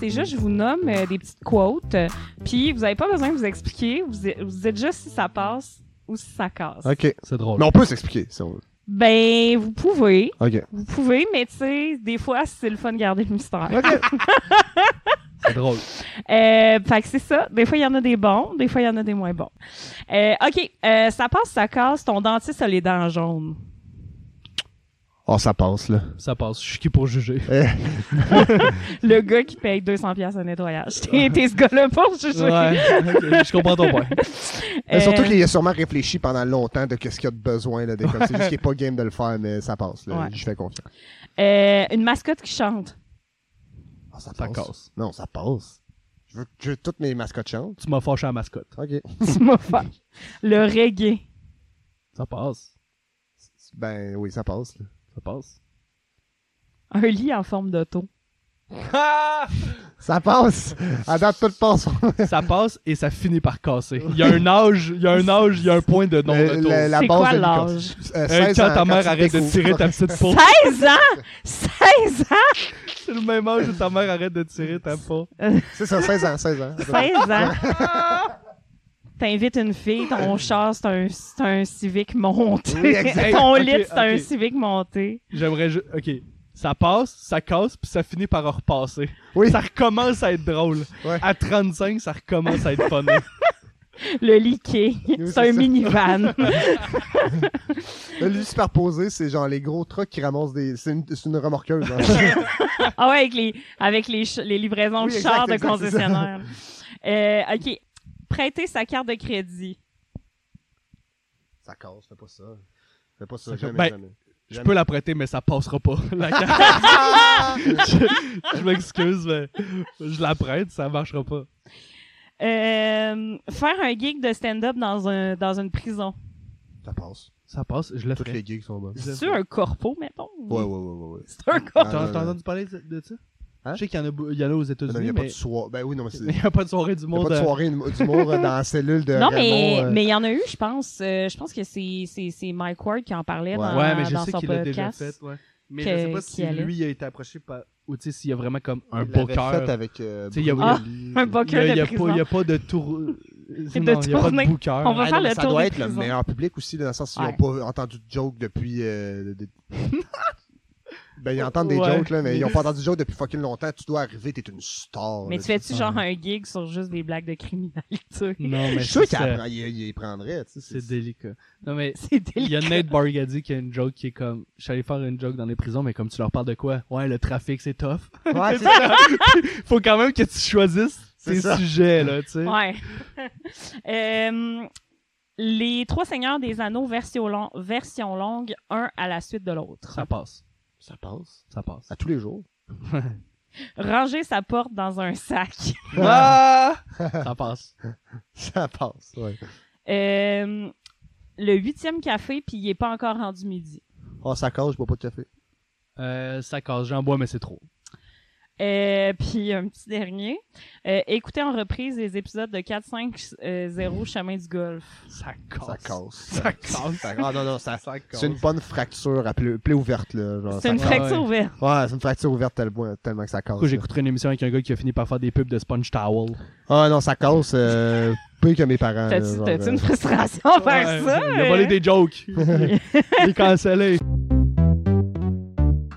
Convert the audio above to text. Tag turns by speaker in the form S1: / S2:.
S1: C'est juste, je vous nomme euh, des petites quotes, euh, puis vous n'avez pas besoin de vous expliquer. Vous, vous dites juste si ça passe ou si ça casse.
S2: OK.
S3: C'est drôle.
S2: Mais on peut s'expliquer, si on veut.
S1: Ben, vous pouvez.
S2: OK.
S1: Vous pouvez, mais tu sais, des fois, c'est le fun de garder le mystère.
S2: OK.
S3: C'est drôle.
S1: Euh, fait que c'est ça. Des fois, il y en a des bons, des fois, il y en a des moins bons. Euh, OK. Euh, ça passe, ça casse. Ton dentiste a les dents jaunes.
S2: oh, ça passe, là. Euh,
S3: Ça passe. Je suis qui pour juger?
S1: Eh. Le gars qui paye 200$ piastres de nettoyage. T'es t'es ce gars-là pour juger.
S3: ok, je comprends ton point.
S2: Mais surtout
S1: Euh,
S2: qu'il a sûrement réfléchi pendant longtemps de qu'est-ce qu'il y a de besoin, là. des fois. C'est juste qu'il est pas game de le faire, mais ça passe, là.
S1: Ouais.
S2: Je fais confiance.
S1: euh, une mascotte qui chante.
S2: Ah,
S3: Ça casse.
S2: Non, ça passe. Je veux, je veux toutes mes mascottes chantent.
S3: Tu m'as fâché à la mascotte.
S2: OK.
S1: Tu m'as fait. Le reggae.
S3: Ça passe.
S2: Ben oui, ça passe. là.
S3: Ça passe.
S1: Un lit en forme d'auto.
S2: Ça passe! À date, tout passe.
S3: ça passe et ça finit par casser. Il y a un âge, il y a un âge, il y a un point de
S2: Le- le-
S3: non-retour.
S2: Euh, la
S1: C'est
S2: base
S1: quoi
S2: de Nicolas.
S1: l'âge?
S2: Euh,
S3: Hey,
S2: 16
S3: quand
S2: ans,
S3: ta mère
S2: tu
S3: arrête de
S2: découvres.
S3: tirer ta petite peau,
S1: 16 ans! 16 ans!
S3: c'est le même âge où ta mère arrête de tirer ta peau.
S2: C'est ça, 16 ans, 16 ans.
S1: 16 ans! T'invites une fille, ton char, c'est un, c'est un civique monté.
S2: Oui, exact.
S1: ton
S3: Ok,
S1: lit, c'est un
S3: ok.
S1: civique monté.
S3: J'aimerais juste. Ok. Ça passe, ça casse, puis ça finit par repasser.
S2: Oui.
S3: Ça recommence à être drôle.
S2: Ouais.
S3: À 35, ça recommence à être fun.
S1: Le liqué.
S2: c'est
S1: C'est un
S2: ça.
S1: minivan.
S2: Le lit superposé, c'est genre les gros trucks qui ramassent des. C'est une, c'est une remorqueuse. hein.
S1: ah ouais, avec les, avec les, ch- les livraisons
S2: Oui,
S1: de
S2: exact,
S1: chars de
S2: exact, c'est ça.
S1: concessionnaire. Euh, OK. Prêter sa carte de crédit.
S2: ça casse, fais pas ça. Fais pas ça,
S3: Ça
S2: jamais,
S3: ben,
S2: jamais.
S3: Je
S2: Jamais.
S3: peux la prêter, mais ça passera pas. La carte. je je m'excuse, mais je la prête, ça marchera pas.
S1: Euh, faire un gig de stand-up dans, un, dans une prison.
S2: Ça passe.
S3: Ça passe, je le
S2: Toutes
S3: ferai.
S2: les gigs sont bonnes.
S3: Je le
S1: C'est un corpo, mettons?
S2: Ouais, ouais, ouais, ouais. ouais.
S1: C'est un corpo.
S2: Ah,
S3: T'as
S2: non,
S3: t'as
S2: non.
S3: entendu parler de, de ça?
S2: Hein?
S3: Je sais qu'il y en a, bou- il y en a aux
S2: Non, il
S3: États-Unis,
S2: n'y a pas de
S3: mais
S2: soirée. Ben oui, non, mais c'est.
S3: il n'y a pas de soirée du
S2: Il n'y a
S3: monde.
S2: pas de
S3: euh,
S2: soirée d'humour- d'humour euh, dans la cellule de.
S1: Non, mais
S2: Raymond, euh,
S1: mais il y en a eu, je pense. Euh, je pense que c'est- c'est c'est Mike Ward qui en parlait dans,
S3: Ouais, mais je
S1: Ah, dans
S3: sais
S1: son
S3: qu'il l'a déjà
S1: podcast.
S3: fait, ouais. Mais
S1: que-
S3: je sais pas
S1: qui
S3: si
S1: allait.
S3: lui a été approché par ou tu sais s'il y a vraiment comme un
S2: il l'avait
S3: poker.
S2: faite avec. euh,
S3: Tu sais, il y a-
S2: Bruno
S1: Ah,
S2: Lee.
S1: un poker.
S3: Il y a, il y a
S1: de prison.
S3: pas il y a pas de tour non, il y a pas
S1: tournée.
S3: de booker.
S1: On va
S2: Ah,
S1: faire
S2: non, mais
S1: le
S2: ça
S1: tour
S2: doit
S1: des
S2: être le
S1: prisons.
S2: meilleur public aussi, là, dans le sens qu'ils n'ont
S1: Ouais.
S2: pas entendu de joke depuis. euh, de- Ben, ils entendent des
S3: Ouais.
S2: jokes, là, mais ils n'ont pas entendu de joke depuis fucking longtemps. Tu dois arriver, t'es une star.
S1: Mais
S2: là,
S1: tu fais-tu
S2: ça.
S1: genre un gig sur juste des blagues de criminalité?
S3: Non,
S2: Je
S3: mais
S2: suis sûr
S3: c'est-
S2: qu'il apprend- il- il les prendrait, tu sais.
S3: c'est délicat. Non mais
S1: C'est
S3: il y
S1: délicat.
S3: a Nate Bargatze qui a une joke qui est comme je suis allé faire une joke dans les prisons mais comme tu leur parles de quoi Ouais, le trafic c'est tough.
S2: Ouais, c'est ça.
S3: Faut quand même que tu choisisses
S2: C'est
S3: tes
S2: ça.
S3: sujets là, tu sais.
S1: Ouais. Euh, les Trois Seigneurs des Anneaux, version, long- version longue, un à la suite de l'autre.
S3: Ça passe.
S2: Ça passe.
S3: Ça passe.
S2: À tous les jours.
S1: Ranger sa porte dans un sac.
S3: Ah! ça passe.
S2: Ça passe, ouais.
S1: Euh, le huitième café, puis il est pas encore rendu midi.
S2: Oh, ça casse, je bois pas de café.
S3: Euh, ça casse, j'en bois mais c'est trop.
S1: Euh, puis un petit dernier. Euh, écoutez en reprise les épisodes de 4, 5, 0 Chemin du Golf.
S3: Ça casse.
S2: Ça casse.
S3: Ça casse.
S2: Ça- Ah non, non, ça.
S3: Ça casse.
S2: C'est une bonne fracture à plaie, plaie ouverte, là. genre,
S1: C'est
S2: Ah, ça
S1: une
S2: casse.
S1: fracture
S3: ouais.
S1: ouverte.
S2: Ouais, c'est une fracture ouverte tellement, tellement que ça casse.
S3: Du coup,
S2: là.
S3: j'écouterai une émission avec un gars qui a fini par faire des pubs de Sponge Towel.
S2: Ah non, ça casse euh, pire que mes parents. là,
S1: T'as-tu
S2: genre,
S1: t'as-tu
S2: euh,
S1: une frustration envers
S3: Ouais,
S1: ça?
S3: Il a volé des jokes. Il est cancellé.